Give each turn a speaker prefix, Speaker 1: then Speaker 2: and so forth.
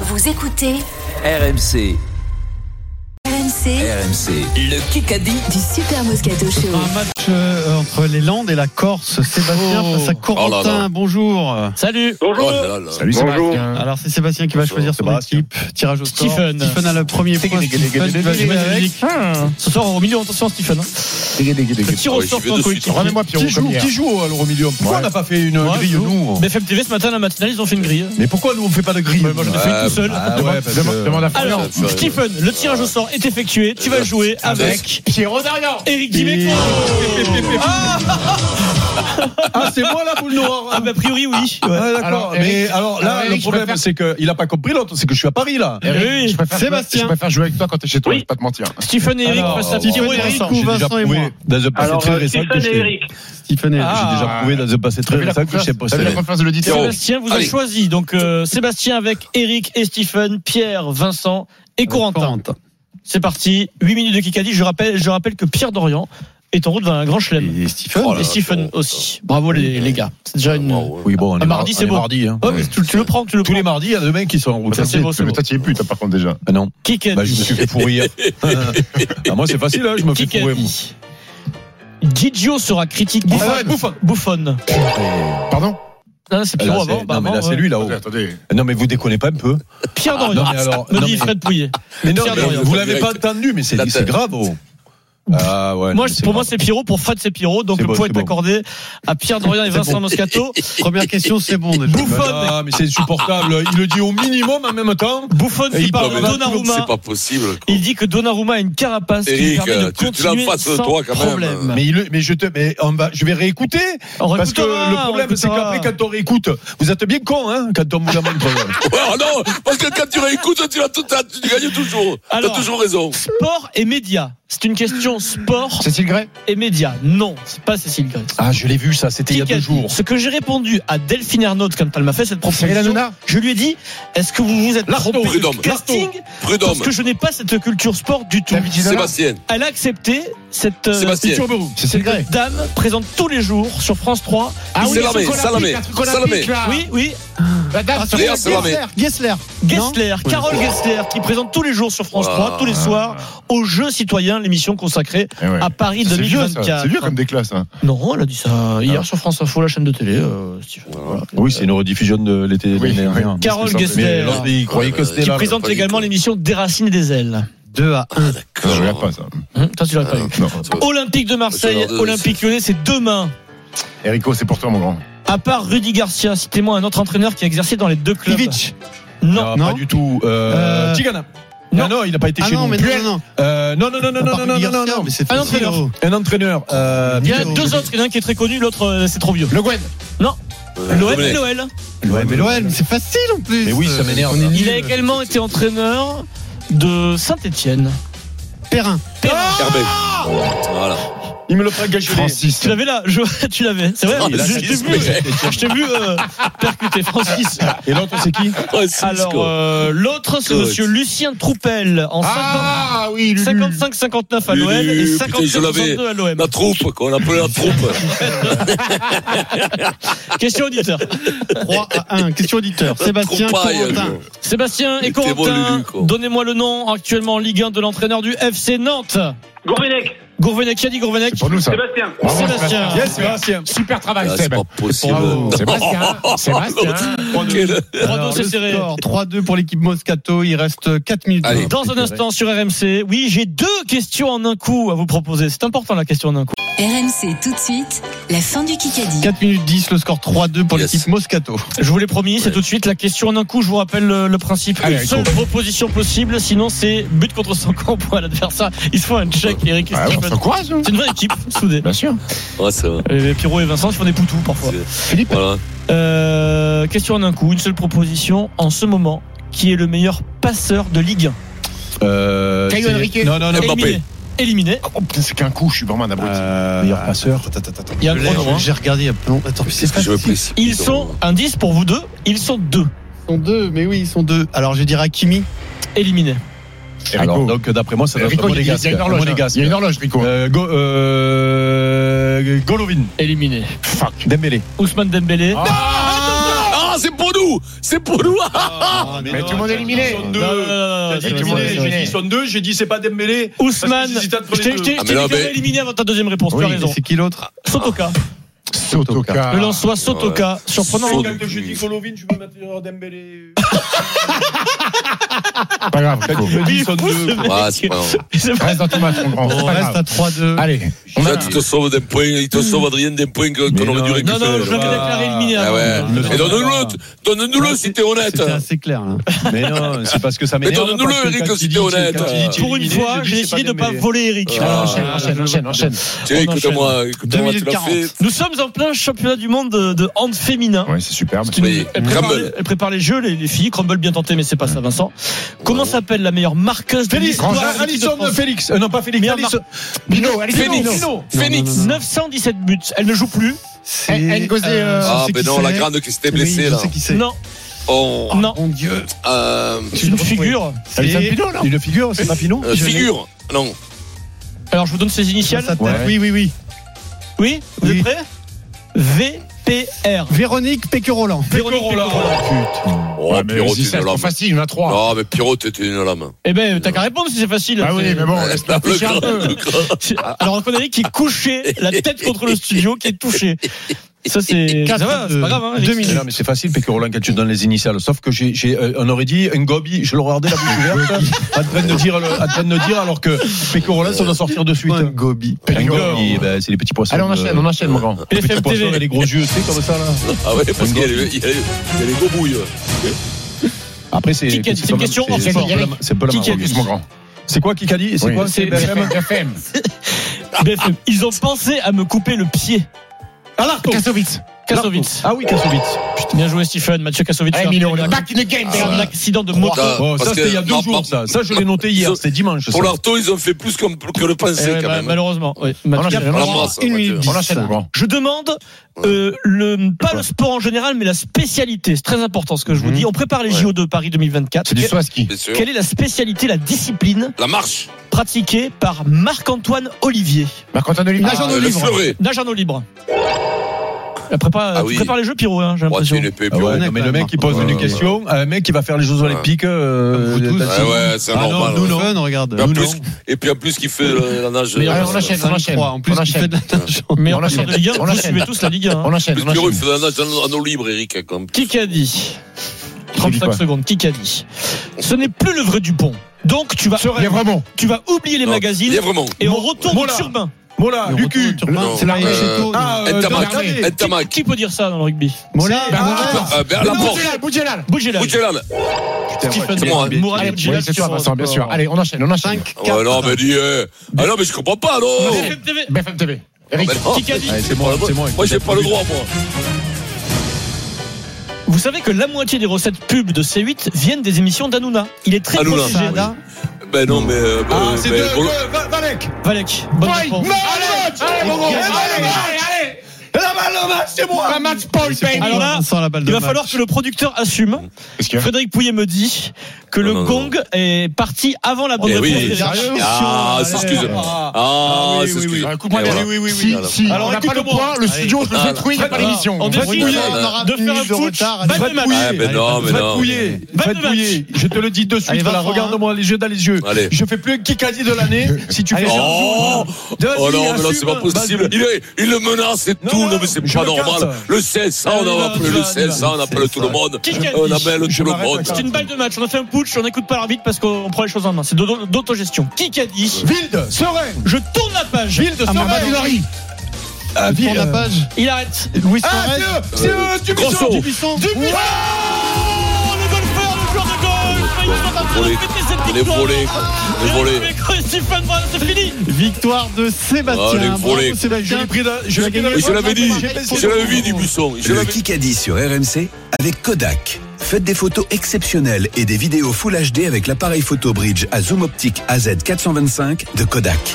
Speaker 1: Vous écoutez
Speaker 2: RMC,
Speaker 1: RMC
Speaker 2: RMC, le Kikadi.
Speaker 1: du Super Moscato Show.
Speaker 3: Un match euh, entre les Landes et la Corse. Sébastien
Speaker 4: Oh.
Speaker 3: face à Corentin.
Speaker 2: Oh là là.
Speaker 3: Bonjour.
Speaker 4: Salut
Speaker 2: Oh là là.
Speaker 5: Salut Sébastien.
Speaker 3: Alors c'est Sébastien qui va choisir son
Speaker 5: Sébastien.
Speaker 3: équipe. Tirage au sort.
Speaker 4: Stephen.
Speaker 3: a le premier point. Stephen, tu vas jouer avec.
Speaker 4: Ce soir au milieu, attention Stéphane. Le tir au
Speaker 2: Oh, j'y
Speaker 4: sort
Speaker 2: vais
Speaker 4: pour
Speaker 2: de
Speaker 4: un
Speaker 2: suite.
Speaker 4: coéquipier.
Speaker 5: Ramène-moi Pierrot
Speaker 6: Qui joue,
Speaker 5: comme hier.
Speaker 6: qui joue à l'Euromillium Pourquoi
Speaker 5: Ouais.
Speaker 6: on n'a pas fait une
Speaker 4: Ouais,
Speaker 6: grille,
Speaker 4: joue.
Speaker 6: nous hein.
Speaker 4: BFM TV ce matin à la matinale, ils ont fait une grille.
Speaker 6: Mais pourquoi nous on fait pas de grille
Speaker 4: Ouais, moi je l'ai
Speaker 2: Ouais,
Speaker 4: fait tout seul.
Speaker 6: Ah ouais, bah, parce
Speaker 5: Demande-
Speaker 6: que-
Speaker 5: demande à Florian.
Speaker 4: Alors, Stephen, le tirage au sort est effectué. Tu
Speaker 6: bah,
Speaker 4: vas jouer avec
Speaker 6: Pierrot Darian
Speaker 4: Eric Dimeco.
Speaker 6: Ah, c'est moi la boule
Speaker 4: Ah,
Speaker 6: noire
Speaker 4: bah, a priori, oui. Ouais.
Speaker 6: Ah, d'accord.
Speaker 5: Alors, Eric-
Speaker 6: Mais alors là,
Speaker 5: Alors, Eric,
Speaker 6: le
Speaker 5: je
Speaker 6: problème,
Speaker 5: préfère-
Speaker 6: c'est qu'il a pas compris l'autre, c'est que je suis à Paris là.
Speaker 4: Oui,
Speaker 5: Je
Speaker 4: oui.
Speaker 5: préfère,
Speaker 3: Sébastien.
Speaker 5: je préfère jouer avec toi quand t'es chez toi,
Speaker 7: Oui.
Speaker 5: je vais pas te mentir.
Speaker 4: Stephen et Eric
Speaker 6: Alors,
Speaker 4: face à
Speaker 6: Stephen
Speaker 4: Pierrot et Eric.
Speaker 3: Vincent. Ou
Speaker 6: J'ai déjà
Speaker 3: Vincent et
Speaker 6: prouvé
Speaker 3: moi.
Speaker 6: dans un passé
Speaker 7: Alors,
Speaker 6: très
Speaker 7: euh,
Speaker 6: récent que
Speaker 7: Stéphane et
Speaker 6: je
Speaker 7: Eric.
Speaker 3: Stephen et Eric.
Speaker 4: Ah.
Speaker 6: J'ai déjà prouvé dans un passé très
Speaker 4: Euh,
Speaker 5: T'as vu la
Speaker 6: récent que je
Speaker 5: confiance-
Speaker 6: sais pas.
Speaker 5: t'as vu la confiance de l'auditeur
Speaker 4: Sébastien vous a
Speaker 2: Allez.
Speaker 4: choisi. Donc, euh, Sébastien avec Eric et Stephen, Pierre, Vincent et Corentin. C'est parti. 8 minutes de Kikadi. Je rappelle, je rappelle que Pierre Dorian est en route vers un grand chelem.
Speaker 3: Et Stephen.
Speaker 2: Oh là
Speaker 4: et
Speaker 2: là,
Speaker 4: Stephen
Speaker 2: Corentin.
Speaker 4: aussi. Bravo les, les gars. C'est déjà une. Ouais,
Speaker 6: Oui, bon, on
Speaker 4: Ah, mardi,
Speaker 6: mar-
Speaker 4: c'est
Speaker 6: on
Speaker 4: bon.
Speaker 6: mardi. hein.
Speaker 4: mais tu, tu le prends, tu le
Speaker 6: Tous
Speaker 4: prends.
Speaker 6: les mardis, il y a des mecs qui sont en route.
Speaker 4: Ça, c'est beau, c'est
Speaker 5: Mais
Speaker 4: beau.
Speaker 5: toi, tu es plus, toi, par contre, déjà.
Speaker 6: Ah, non.
Speaker 4: Kikadi.
Speaker 6: Bah, je me suis fait pourrir. Ah, moi, c'est facile, hein, je me fais
Speaker 4: Kikadi.
Speaker 6: pourrir. moi.
Speaker 4: Gigio sera critiqué.
Speaker 6: Buffon,
Speaker 4: Ah, Buffon. Buffon. Non,
Speaker 5: Pardon
Speaker 4: non, c'est
Speaker 6: Ah, Là,
Speaker 4: Pierrot
Speaker 6: c'est-
Speaker 4: avant. bah,
Speaker 6: non, mais là,
Speaker 4: avant,
Speaker 6: c'est
Speaker 4: ouais.
Speaker 6: lui, là-haut.
Speaker 5: Attendez, attendez.
Speaker 6: Non, mais vous déconnez pas un peu.
Speaker 4: Pierre Dorian. Ah,
Speaker 6: non, mais alors-
Speaker 4: Me
Speaker 6: non,
Speaker 4: dit
Speaker 6: mais-
Speaker 4: Fred Pouillet.
Speaker 6: Mais non,
Speaker 4: Pierre
Speaker 6: mais
Speaker 4: Dorian.
Speaker 6: vous l'avez pas
Speaker 2: Direct.
Speaker 6: entendu, mais c'est
Speaker 2: La
Speaker 6: c'est
Speaker 2: tête.
Speaker 6: grave. oh. Ah ouais.
Speaker 4: Moi,
Speaker 6: non,
Speaker 4: je- pour moi,
Speaker 6: grave.
Speaker 4: c'est Pierrot. Pour Fred, c'est Pierrot. Donc,
Speaker 6: C'est
Speaker 4: le
Speaker 6: bon,
Speaker 4: point
Speaker 6: c'est
Speaker 4: est
Speaker 6: bon.
Speaker 4: accordé à Pierre Dorian et Vincent Moscato.
Speaker 3: Première question, c'est bon déjà.
Speaker 4: Bouffon.
Speaker 6: Ah, mais c'est insupportable. Il le dit au minimum en même temps.
Speaker 3: Bah.
Speaker 4: Buffon,
Speaker 6: Et
Speaker 4: il
Speaker 6: il
Speaker 4: parle de
Speaker 6: parle-
Speaker 4: Donnarumma.
Speaker 2: C'est pas possible. quoi.
Speaker 4: Il dit que Donnarumma a une carapace
Speaker 2: Eric,
Speaker 4: qui lui permet de
Speaker 2: tu- tu l'as en
Speaker 4: continuer
Speaker 2: face de
Speaker 4: sans
Speaker 2: toi, quand même.
Speaker 4: problème.
Speaker 6: Mais, il, le- mais je te, mais on va, je vais réécouter
Speaker 4: On
Speaker 6: parce que
Speaker 4: réécoutera,
Speaker 6: le
Speaker 4: on
Speaker 6: problème c'est
Speaker 4: réécoutera.
Speaker 6: qu'après quand on réécoute, vous êtes bien con hein quand on vous la montre.
Speaker 2: Ouais, ah non, parce que quand tu réécoutes, tu, l'as tout- t'as- tu gagnes toujours. T'as
Speaker 4: Alors.
Speaker 2: toujours raison.
Speaker 4: Sport et médias. C'est une question sport
Speaker 5: Cécile Gray
Speaker 4: et médias. Non, c'est pas Cécile Grace.
Speaker 6: ah, je l'ai vu ça, c'était il y a deux jours.
Speaker 4: Ce que j'ai répondu à Delphine Ernaud quand elle m'a fait cette
Speaker 5: Cyril
Speaker 4: proposition,
Speaker 5: Hanouna
Speaker 4: je lui ai dit est-ce que vous vous êtes
Speaker 6: Lartaud,
Speaker 4: trompé
Speaker 2: prud'homme,
Speaker 4: de casting
Speaker 2: Prud'homme.
Speaker 4: Parce que je n'ai pas cette culture sport du tout.
Speaker 5: David Gisela
Speaker 2: Sébastien,
Speaker 4: Elle a accepté cette, euh,
Speaker 2: Sébastien.
Speaker 4: cette
Speaker 5: Cécile Gray
Speaker 4: dame présente tous les jours sur France 3.
Speaker 6: Ah
Speaker 2: oui, Salamé,
Speaker 5: c'est
Speaker 2: Salamé, Salamé.
Speaker 4: Oui, oui,
Speaker 5: La dame,
Speaker 2: Léa Salamé.
Speaker 3: Gessler.
Speaker 4: Gessler, Carole Gessler, qui présente tous les jours sur France 3, tous les soirs, au jeu citoyen, l'émission consacrée
Speaker 5: Eh ouais.
Speaker 4: à Paris
Speaker 5: C'est vieux, ça.
Speaker 4: 2024.
Speaker 5: C'est vieux comme des classes. hein.
Speaker 4: Non, elle a dit ça hier sur France Info, la chaîne de télé. euh, Stephen. Voilà.
Speaker 6: Oui, c'est une rediffusion de l'été
Speaker 5: Oui,
Speaker 6: dernier.
Speaker 5: oui.
Speaker 4: Carole
Speaker 5: Mais
Speaker 6: Mais
Speaker 4: Gessler,
Speaker 6: l'autre, il croyait que c'était
Speaker 2: Qui
Speaker 6: là.
Speaker 2: Ah,
Speaker 4: présente
Speaker 2: pas du
Speaker 4: également
Speaker 2: tout.
Speaker 4: l'émission Des Racines et des Ailes.
Speaker 3: 2 à
Speaker 2: Ah,
Speaker 3: 1.
Speaker 5: Je regarde pas ça.
Speaker 4: Hum, toi, tu l'aurais pas eu.
Speaker 5: Non.
Speaker 4: Olympique de Marseille,
Speaker 2: Euh, Monsieur Nardone,
Speaker 4: Olympique Lyonnais, c'est demain.
Speaker 5: Erico, c'est pour toi, mon grand.
Speaker 4: À part Rudy Garcia, citez-moi un autre entraîneur qui a exercé dans les deux clubs.
Speaker 3: Ivic.
Speaker 4: Non,
Speaker 6: Non,
Speaker 3: Non.
Speaker 6: pas du tout.
Speaker 3: Euh,
Speaker 6: Euh, Tigana.
Speaker 4: non.
Speaker 6: Non, non, il n'a pas été
Speaker 3: Ah
Speaker 6: chez
Speaker 3: non,
Speaker 6: nous.
Speaker 3: mais non, non,
Speaker 6: Euh, non, non, non, non,
Speaker 3: non.
Speaker 6: non, non, non, non, non.
Speaker 3: Mais c'est
Speaker 4: Un entraîneur.
Speaker 3: facile.
Speaker 6: Un entraîneur. euh,
Speaker 4: il y en a
Speaker 3: Miguel.
Speaker 4: deux autres, il y en a un qui est très connu, l'autre euh, c'est trop vieux.
Speaker 5: Le Gwen
Speaker 4: L'OM et l'OL.
Speaker 3: Ouais, mais l'OL, mais c'est facile en plus.
Speaker 6: Mais oui, ça m'énerve.
Speaker 3: On est
Speaker 4: Il
Speaker 3: nuls.
Speaker 5: Ah,
Speaker 4: a également été entraîneur de Saint-Etienne.
Speaker 3: Perrin.
Speaker 5: Ah,
Speaker 2: Herbert. Voilà.
Speaker 6: Il me le fera gâcher.
Speaker 5: Francis.
Speaker 4: Tu l'avais là, je- tu l'avais, c'est vrai.
Speaker 2: Ah,
Speaker 4: je
Speaker 2: là,
Speaker 4: je t'ai
Speaker 2: c'est-
Speaker 4: vu, je t'ai vu euh, percuter Francis.
Speaker 6: Et l'autre, c'est qui
Speaker 2: Francisco.
Speaker 4: Alors, euh, l'autre, c'est
Speaker 2: Good.
Speaker 4: monsieur Lucien Troupel en 50
Speaker 5: Ah oui, Lulu.
Speaker 4: 55-59 à l'OL et
Speaker 2: Lulu, putain, je l'avais.
Speaker 4: 52 à l'OM.
Speaker 2: La troupe, qu'on appelait la troupe.
Speaker 4: Question auditeur.
Speaker 3: 3 à 1. Question auditeur. Sébastien
Speaker 2: Troupaille,
Speaker 3: Corentin.
Speaker 4: Ah,
Speaker 2: euh,
Speaker 4: Sébastien et
Speaker 2: Mais t'es bon,
Speaker 4: Corentin,
Speaker 2: Lulu, quoi.
Speaker 4: donnez-moi le nom actuellement en Ligue 1 de l'entraîneur du FC Nantes.
Speaker 7: Gourvenec,
Speaker 4: Gourvenec, qui a dit Gourvenec
Speaker 5: C'est pour nous, ça.
Speaker 7: Sébastien.
Speaker 5: Bravo,
Speaker 4: Sébastien.
Speaker 6: Yes, Sébastien.
Speaker 5: Super travail,
Speaker 2: ah, C'est
Speaker 5: Seb.
Speaker 2: pas possible.
Speaker 5: Bravo. Sébastien. Sébastien.
Speaker 2: Quel-
Speaker 4: 3-2, c'est serré.
Speaker 3: 3-2 pour l'équipe Moscato. Il reste 4 minutes.
Speaker 2: Allez.
Speaker 4: Dans un instant sur RMC, oui, j'ai deux questions en un coup à vous proposer. C'est important la question en un coup.
Speaker 1: RMC tout de suite, la fin du Kikadi.
Speaker 3: 4 minutes 10, le score 3-2 pour
Speaker 2: Yes.
Speaker 3: l'équipe Moscato.
Speaker 4: Je vous l'ai promis, c'est tout de suite la question en un coup. Je vous rappelle le, le principe.
Speaker 5: Allez,
Speaker 4: Une seule proposition possible, sinon c'est but contre son camp pour l'adversaire. Il se faut un check, Eric et
Speaker 5: Ah, On
Speaker 4: Stephen.
Speaker 5: s'encourage, nous.
Speaker 4: C'est une vraie équipe, soudée.
Speaker 5: Bien sûr.
Speaker 2: Ouais, c'est vrai.
Speaker 4: Et Pierrot et Vincent, ils font des poutous parfois.
Speaker 5: Philippe.
Speaker 2: Voilà.
Speaker 4: Euh, question en un coup, une seule proposition. En ce moment, qui est le meilleur passeur de Ligue
Speaker 6: Euh,
Speaker 5: Caio
Speaker 6: c'est-
Speaker 5: Henrique.
Speaker 6: Non, non,
Speaker 4: 1
Speaker 6: non.
Speaker 2: Mbappé.
Speaker 4: Éliminé. Éliminé.
Speaker 5: Oh putain, c'est qu'un coup, je suis vraiment un abruti.
Speaker 6: Euh, Meilleur passeur.
Speaker 4: Il y a un
Speaker 3: J'ai-
Speaker 4: chrono, hein.
Speaker 3: J'ai regardé il y a peu longtemps. Attends, mais c'est
Speaker 2: Qu'est-ce que je me
Speaker 3: facile.
Speaker 2: précise
Speaker 4: Ils sont, indice pour vous deux, ils sont deux.
Speaker 3: Ils sont deux, mais oui, ils sont deux. Alors je dirais Kimi.
Speaker 4: Éliminés.
Speaker 6: Alors,
Speaker 5: Erico.
Speaker 6: donc, d'après moi, ça doit être
Speaker 5: Rico, il y a-
Speaker 6: Monégasque.
Speaker 5: il y a une horloge. hein.
Speaker 6: Monégasque.
Speaker 5: Il y a une horloge, Rico.
Speaker 6: Euh, Go- euh, Golovin.
Speaker 4: Éliminés.
Speaker 6: Fuck. Dembélé.
Speaker 4: Ousmane Dembélé.
Speaker 2: Ah, c'est pour nous nous. C'est pour nous.
Speaker 4: Ah,
Speaker 6: Ah,
Speaker 5: Mais tout le monde est éliminé.
Speaker 6: Ils sont
Speaker 4: Non, non, non,
Speaker 6: deux.
Speaker 4: non, non,
Speaker 6: T'as dit
Speaker 4: c'est pas
Speaker 6: tout le monde
Speaker 4: vrai,
Speaker 6: est
Speaker 4: c'est vrai.
Speaker 6: éliminé. Ils sont deux. J'ai dit c'est pas Dembélé.
Speaker 4: Ousmane,
Speaker 6: Parce que j'hésitais entre
Speaker 4: je
Speaker 6: les
Speaker 4: t'ai-
Speaker 6: deux.
Speaker 4: je t'ai
Speaker 2: Ah,
Speaker 4: je
Speaker 2: mais
Speaker 4: t'ai
Speaker 2: non,
Speaker 4: dit qu'on
Speaker 2: mais-
Speaker 4: allait éliminer avant ta deuxième réponse, tu as raison.
Speaker 3: C'est qui l'autre
Speaker 4: Sotoka,
Speaker 5: Sotoka.
Speaker 4: le Lensois Sotoka, surprenant.
Speaker 2: Saut-
Speaker 6: Quand je dis Golovin, je peux mettre euh, Dembélé.
Speaker 5: Pas grave, Rico.
Speaker 4: Il
Speaker 6: Ils sont
Speaker 4: pousse
Speaker 6: deux.
Speaker 4: le mec.
Speaker 2: Ouais, c'est pas grave. Ah,
Speaker 4: C'est vrai.
Speaker 5: Reste dans ton match, mon grand. C'est
Speaker 3: On
Speaker 5: pas
Speaker 3: reste à
Speaker 5: grave.
Speaker 3: 3-2.
Speaker 5: Allez, on
Speaker 2: Là,
Speaker 5: a.
Speaker 2: tu te sauves d'un point. Il te sauve, Adrien, d'un point que- qu'on
Speaker 6: Mais
Speaker 2: aurait dû
Speaker 6: non,
Speaker 4: Hmm. Non,
Speaker 2: récupérer.
Speaker 4: non, je l'avais
Speaker 6: Voilà.
Speaker 4: déclaré éliminé
Speaker 2: Ah
Speaker 4: avant.
Speaker 2: ouais.
Speaker 3: Non, non,
Speaker 2: Mais
Speaker 3: non.
Speaker 2: donne-nous-le. Donne-nous-le si t'es honnête.
Speaker 3: C'était assez clair. là.
Speaker 4: Eh,
Speaker 6: Mais non, c'est parce que ça
Speaker 2: Mais
Speaker 6: m'énerve.
Speaker 2: donne-nous-le,
Speaker 6: parce que
Speaker 2: Eric,
Speaker 6: quand
Speaker 2: si
Speaker 6: il
Speaker 2: t'es
Speaker 6: dit-
Speaker 2: honnête.
Speaker 6: quand il dit
Speaker 4: Pour une
Speaker 6: éliminé,
Speaker 4: fois,
Speaker 6: je dis,
Speaker 4: j'ai
Speaker 6: c'est
Speaker 4: décidé de ne pas
Speaker 6: Dembélé.
Speaker 4: voler Eric.
Speaker 2: Ah.
Speaker 4: Voilà.
Speaker 5: Enchaîne, enchaîne, enchaîne, enchaîne.
Speaker 2: Tiens,
Speaker 4: On
Speaker 2: écoute-moi. Écoute-moi, tu l'as
Speaker 3: 2 minutes
Speaker 2: fait.
Speaker 4: Nous sommes en plein championnat du monde de, de hand féminin.
Speaker 5: Ouais, c'est superbe.
Speaker 4: Qui nous-
Speaker 2: Oui.
Speaker 4: Elle prépare,
Speaker 2: Crumble.
Speaker 4: elle prépare les jeux, les, les filles. Crumble bien tenté, mais c'est pas ça, Vincent. Comment s'appelle la meilleure marqueuse de
Speaker 6: Félix,
Speaker 4: l'histoire
Speaker 5: Grandjean,
Speaker 4: de l'équipe de
Speaker 6: Alisson,
Speaker 4: France
Speaker 6: Félix. Euh, Non, pas Félix.
Speaker 4: Merde,
Speaker 6: Alisson. Bino, Alisson.
Speaker 2: Félix.
Speaker 6: Bino.
Speaker 2: Phoenix.
Speaker 4: 917 buts. Elle ne joue plus.
Speaker 3: C'est.
Speaker 5: Ngozi,
Speaker 3: euh,
Speaker 5: euh,
Speaker 3: je
Speaker 2: Ah,
Speaker 3: sais
Speaker 2: ben
Speaker 3: qui
Speaker 2: non,
Speaker 3: c'est.
Speaker 2: la grande qui s'était
Speaker 3: Oui,
Speaker 2: blessée,
Speaker 3: Je
Speaker 2: là.
Speaker 3: sais qui c'est.
Speaker 4: eh, Non, Ah,
Speaker 2: Oh,
Speaker 4: non.
Speaker 3: Mon Dieu.
Speaker 2: euh,
Speaker 4: C'est une figure.
Speaker 3: C'est
Speaker 5: Alisson Pino, non
Speaker 3: Et le figure, c'est pas Pino
Speaker 2: euh,
Speaker 3: Je l'ai.
Speaker 2: figure. Non.
Speaker 4: Alors je vous donne ses
Speaker 3: Sur
Speaker 4: initiales.
Speaker 3: sa tête.
Speaker 5: Ouais.
Speaker 3: Oui, oui, oui.
Speaker 4: Oui, vous
Speaker 3: Oui.
Speaker 4: êtes prêts VPR.
Speaker 3: Véronique Péqueroland.
Speaker 4: Véronique
Speaker 6: Pécorola.
Speaker 4: Pécorola.
Speaker 2: Oh,
Speaker 5: Ouais, mais
Speaker 2: Pierrot,
Speaker 5: si
Speaker 2: t'es
Speaker 5: ça, c'est
Speaker 2: une
Speaker 5: trop
Speaker 2: lame.
Speaker 5: facile, il y en a trois.
Speaker 2: Non, mais Pierrot, t'es une lame.
Speaker 4: Eh ben, t'as qu'à répondre si c'est facile.
Speaker 5: Ah oui,
Speaker 4: C'est-
Speaker 5: mais bon,
Speaker 2: Ouais,
Speaker 5: laisse-la
Speaker 2: le
Speaker 5: réfléchir un
Speaker 2: grand,
Speaker 5: peu.
Speaker 4: C'est- Alors on a qui est couché, la tête contre le studio, qui est touché. Ça c'est. Ça
Speaker 3: Quatre
Speaker 4: va,
Speaker 3: de-
Speaker 4: c'est pas grave. Hein,
Speaker 3: deux
Speaker 4: Eric.
Speaker 6: Mais Non, mais c'est facile, Pécorolin, quand tu donnes les initiales. Sauf que j'ai, j'ai, euh, on aurait dit un gobi, je le regardais la bouche ouverte, en train de dire, le- en train de le dire, alors que Pécorolin, ça doit sortir de suite.
Speaker 3: Un Gobi.
Speaker 6: Un
Speaker 5: Gobi.
Speaker 6: gobi, ben, c'est les petits poissons.
Speaker 5: Allez, on
Speaker 6: euh,
Speaker 5: enchaîne, on enchaîne, mon grand.
Speaker 6: les petits
Speaker 4: FMTV.
Speaker 6: poissons avec les gros yeux, tu sais, comme ça, là.
Speaker 2: Ah ouais, parce qu'il y a les- il y a les il y a les gros bouilles.
Speaker 6: Après, c'est.
Speaker 4: Qui a dit- c'est une
Speaker 6: quand même-
Speaker 4: question en
Speaker 6: c'est-
Speaker 4: sport.
Speaker 6: C'est un peu la- c'est un peu la
Speaker 4: Qui a
Speaker 6: marque.
Speaker 4: dit-
Speaker 5: Focus, mon grand.
Speaker 6: C'est quoi Kikadi C'est
Speaker 5: Oui.
Speaker 6: quoi C'est Ben BFM
Speaker 5: FM.
Speaker 4: BFM. Ils ont pensé à me couper le pied. Alarto
Speaker 5: Kassovitz.
Speaker 4: Kassovitz.
Speaker 6: Ah oui, Kassovitz.
Speaker 4: Putain, bien joué Stephen, Mathieu Kassovitz.
Speaker 5: Allez,
Speaker 4: sur
Speaker 5: Milo, on est
Speaker 4: Instagram.
Speaker 5: back in the game,
Speaker 2: Ah ouais.
Speaker 5: Bernard.
Speaker 4: L'accident de moto.
Speaker 2: Ah,
Speaker 6: Bon,
Speaker 2: parce
Speaker 6: ça,
Speaker 2: que-
Speaker 6: c'était il y a
Speaker 2: non,
Speaker 6: deux
Speaker 2: non.
Speaker 6: jours, ça. Ça, je l'ai noté hier, c'était dimanche. ça.
Speaker 2: Pour l'Arto, ils ont fait plus qu'on- que le
Speaker 4: Eh
Speaker 2: pensait,
Speaker 4: ouais,
Speaker 2: quand
Speaker 4: bah,
Speaker 2: même. hein.
Speaker 4: Malheureusement. ouais.
Speaker 5: On
Speaker 4: Mathieu-
Speaker 5: enchaîne,
Speaker 2: Ah,
Speaker 5: on enchaîne.
Speaker 2: L'embrasse,
Speaker 3: Une minute
Speaker 2: Mathieu.
Speaker 3: dix.
Speaker 5: On enchaîne, mon grand.
Speaker 4: Je demande euh, le pas le sport en général, mais la spécialité. C'est très important ce que je vous
Speaker 5: Mhm.
Speaker 4: dis. On prépare les
Speaker 2: Ouais.
Speaker 4: JO de Paris 2024.
Speaker 5: C'est du
Speaker 4: Que-
Speaker 5: Swaski.
Speaker 2: Bien sûr.
Speaker 4: Quelle est la spécialité, la discipline
Speaker 2: La marche.
Speaker 4: pratiquée par Marc-Antoine Olivier
Speaker 5: Marc-Antoine Olivier.
Speaker 3: L'agent
Speaker 2: Euh,
Speaker 3: de
Speaker 2: Le
Speaker 3: livre.
Speaker 2: fleuret.
Speaker 4: Nage en eau libre. Elle prépare,
Speaker 2: Ah
Speaker 4: tu
Speaker 2: oui.
Speaker 4: prépares les jeux, Pierrot, hein, j'ai
Speaker 2: Oh,
Speaker 4: l'impression.
Speaker 2: c'est une épée,
Speaker 6: Ah
Speaker 2: Pierrot.
Speaker 6: ouais, non, mais le mec qui pose
Speaker 2: Ouais,
Speaker 6: une
Speaker 2: ouais.
Speaker 6: question à un mec qui va faire les Jeux Olympiques.
Speaker 3: hein.
Speaker 6: euh,
Speaker 3: Comme vous tous.
Speaker 6: t'as-
Speaker 2: Ah ouais, c'est
Speaker 3: Ah non,
Speaker 2: normal.
Speaker 3: nous
Speaker 2: ouais.
Speaker 3: non. Fun, regarde.
Speaker 2: Et en
Speaker 3: Nous
Speaker 2: plus-
Speaker 3: non.
Speaker 2: Et puis en plus, qui fait euh, la nage.
Speaker 4: Mais
Speaker 2: euh,
Speaker 5: Allez,
Speaker 2: euh,
Speaker 5: on enchaîne, on
Speaker 3: 5-3,
Speaker 5: enchaîne.
Speaker 3: En plus,
Speaker 5: on
Speaker 3: il fait
Speaker 5: enchaîne.
Speaker 3: de l'intelligence.
Speaker 4: Mais
Speaker 5: On
Speaker 4: en matière de
Speaker 5: enchaîne.
Speaker 4: Ligue 1,
Speaker 5: On
Speaker 4: vous
Speaker 5: enchaîne.
Speaker 4: suivez tous la Ligue 1.
Speaker 5: On enchaîne,
Speaker 2: plus,
Speaker 5: on
Speaker 2: Pierrot, il
Speaker 5: enchaîne.
Speaker 2: fait la nage en, en eau libre, Eric. quand même.
Speaker 4: Qui a dit
Speaker 5: dit
Speaker 4: 35
Speaker 5: quoi
Speaker 4: secondes, qui a dit Ce n'est plus le vrai Dupont. Donc tu vas,
Speaker 5: Il y a vraiment.
Speaker 4: tu vas oublier les
Speaker 2: Non, Il y
Speaker 4: magazines
Speaker 2: a vraiment.
Speaker 4: et on retourne au
Speaker 6: Mollard.
Speaker 4: Turbin.
Speaker 6: Mola,
Speaker 3: Le retour
Speaker 6: Lucu.
Speaker 3: de Turbin,
Speaker 2: Non.
Speaker 3: C'est Marie
Speaker 5: Euh,
Speaker 3: Cheteau,
Speaker 6: Ah,
Speaker 3: non.
Speaker 6: euh,
Speaker 2: Entamac.
Speaker 6: Darnay.
Speaker 2: Un tamac.
Speaker 4: Qui peut dire ça dans le rugby
Speaker 3: Mola,
Speaker 5: c'est-
Speaker 3: Mola.
Speaker 5: Ah.
Speaker 2: Euh, ben,
Speaker 5: Mais
Speaker 2: la
Speaker 5: non,
Speaker 2: porte.
Speaker 5: Boudjelal, Boudjelal.
Speaker 4: Bougez-la.
Speaker 2: Boudjelal.
Speaker 4: Stephen,
Speaker 2: c'est moi, hein.
Speaker 4: Mourad
Speaker 5: Allez,
Speaker 4: Abdjelal
Speaker 5: oui, c'est toi,
Speaker 4: sur-
Speaker 5: Vincent, bien sûr. Allez, on enchaîne, on enchaîne.
Speaker 3: Cinq,
Speaker 2: Ouais,
Speaker 3: quatre.
Speaker 2: non, mais dis, eh. Ah non, mais je comprends pas, non.
Speaker 4: BFM TV.
Speaker 5: BFM TV. Eric.
Speaker 2: Ben non.
Speaker 4: Qui a dit
Speaker 6: Allez, Eh, c'est moi, c'est moi.
Speaker 2: Moi, j'ai pas le droit, moi.
Speaker 4: Vous savez que la moitié des recettes pub de C8 viennent des émissions d'Anouna. Il est très
Speaker 2: Hanouna.
Speaker 4: protégé.
Speaker 2: Ah, Ben non, mais. euh,
Speaker 6: Ah,
Speaker 2: ben,
Speaker 6: c'est
Speaker 2: ben,
Speaker 6: deux.
Speaker 2: Golo-
Speaker 6: deux, Va- Valek.
Speaker 4: Valek, bonne
Speaker 5: Allez,
Speaker 4: réponse.
Speaker 5: allez, mon gros. Allez, allez, allez. La balle, le match, c'est moi. Un match Paul Payne.
Speaker 4: Alors là,
Speaker 3: Vincent, la balle
Speaker 4: Il
Speaker 3: de
Speaker 4: va
Speaker 3: match.
Speaker 4: falloir que le producteur assume.
Speaker 5: Qu'est-ce qu'il y a
Speaker 4: Frédéric Pouillet me dit que
Speaker 2: Non,
Speaker 4: le
Speaker 2: Mmh. Oh, non, non.
Speaker 4: gong est parti avant la bonne
Speaker 2: Eh oui.
Speaker 4: réponse. d'Eric.
Speaker 2: Ah, s'excuse. Ah,
Speaker 6: oui,
Speaker 2: c'est
Speaker 6: oui,
Speaker 2: ce
Speaker 6: oui.
Speaker 2: que-
Speaker 5: Écoute-moi
Speaker 2: Et
Speaker 5: bien.
Speaker 2: voilà.
Speaker 5: Oui, oui,
Speaker 2: oui.
Speaker 5: Si, si.
Speaker 4: Alors,
Speaker 5: on n'a pas le
Speaker 4: écoute-moi.
Speaker 5: point, le studio, je le fais
Speaker 2: Voilà.
Speaker 5: trouiller, il n'y a pas
Speaker 4: Voilà.
Speaker 5: l'émission.
Speaker 4: On décide
Speaker 5: Fouiller.
Speaker 3: on aura
Speaker 4: de
Speaker 3: une
Speaker 4: faire un
Speaker 3: minute de
Speaker 4: foot.
Speaker 3: retard.
Speaker 4: Balle
Speaker 3: Allez,
Speaker 4: de match.
Speaker 2: Ah, ben non, mais
Speaker 6: Fred
Speaker 2: non.
Speaker 6: Pouillet,
Speaker 4: Vingt-deux
Speaker 6: Fred
Speaker 4: matchs.
Speaker 6: Pouillet, je te le dis de
Speaker 3: Allez,
Speaker 6: suite, voilà,
Speaker 3: Vincent,
Speaker 6: regarde-moi les yeux dans les yeux.
Speaker 2: Allez.
Speaker 6: Je fais plus un kikadi de l'année si tu fais
Speaker 3: Allez,
Speaker 6: ça.
Speaker 2: Oh, oh non, mais non, c'est pas possible. Il, est- il le menace et
Speaker 6: Non,
Speaker 2: tout.
Speaker 6: non,
Speaker 2: Non, mais c'est
Speaker 6: je
Speaker 2: pas
Speaker 6: le
Speaker 2: normal.
Speaker 6: casse.
Speaker 2: Le CSA,
Speaker 4: Allez,
Speaker 2: on
Speaker 4: là,
Speaker 2: a appelé
Speaker 4: là,
Speaker 2: le
Speaker 4: là,
Speaker 2: CSA, on a appelé tout le monde.
Speaker 4: Qui qu'a
Speaker 2: On
Speaker 4: dit
Speaker 2: appelle
Speaker 6: Je
Speaker 2: tout le
Speaker 6: m'arrête
Speaker 2: monde.
Speaker 6: à
Speaker 4: C'est une balle de match. On a fait un putsch. On n'écoute pas l'arbitre parce qu'on prend les choses en main. C'est d'auto- d'autogestion. Qui a dit
Speaker 5: Vilde, Serein.
Speaker 4: Je tourne la page.
Speaker 5: Vilde,
Speaker 3: Ah,
Speaker 5: Serein.
Speaker 3: Mamadou Lari.
Speaker 6: Ah,
Speaker 3: Tourne la
Speaker 6: Ville.
Speaker 3: page.
Speaker 4: Il arrête.
Speaker 3: Louis
Speaker 5: Ah,
Speaker 3: Suarez.
Speaker 5: c'est eux, c'est eux,
Speaker 2: Grosso.
Speaker 3: Dubuisson.
Speaker 5: Dubuisson. Dubuisson.
Speaker 4: Oh, le golfeur, le joueur de golf. Il nous a
Speaker 2: Volé.
Speaker 4: répété cette
Speaker 2: Les
Speaker 4: victoire.
Speaker 2: volets. Les
Speaker 4: Et on
Speaker 2: volets.
Speaker 4: avait cru, Stephen Brown, c'est fini.
Speaker 3: Victoire de
Speaker 2: Ah, les
Speaker 3: Sébastien.
Speaker 2: volets.
Speaker 3: Bravo,
Speaker 6: Je l'ai
Speaker 3: Sébastien.
Speaker 6: pris d'un- je l'ai pris d'un-
Speaker 2: Et je l'avais dit. Je l'avais dit du buisson. Je
Speaker 7: Le
Speaker 2: l'avais dit.
Speaker 7: Kikadi sur RMC avec Kodak. Faites des photos exceptionnelles et des vidéos Full HD avec l'appareil photo bridge à zoom optique AZ425 de Kodak.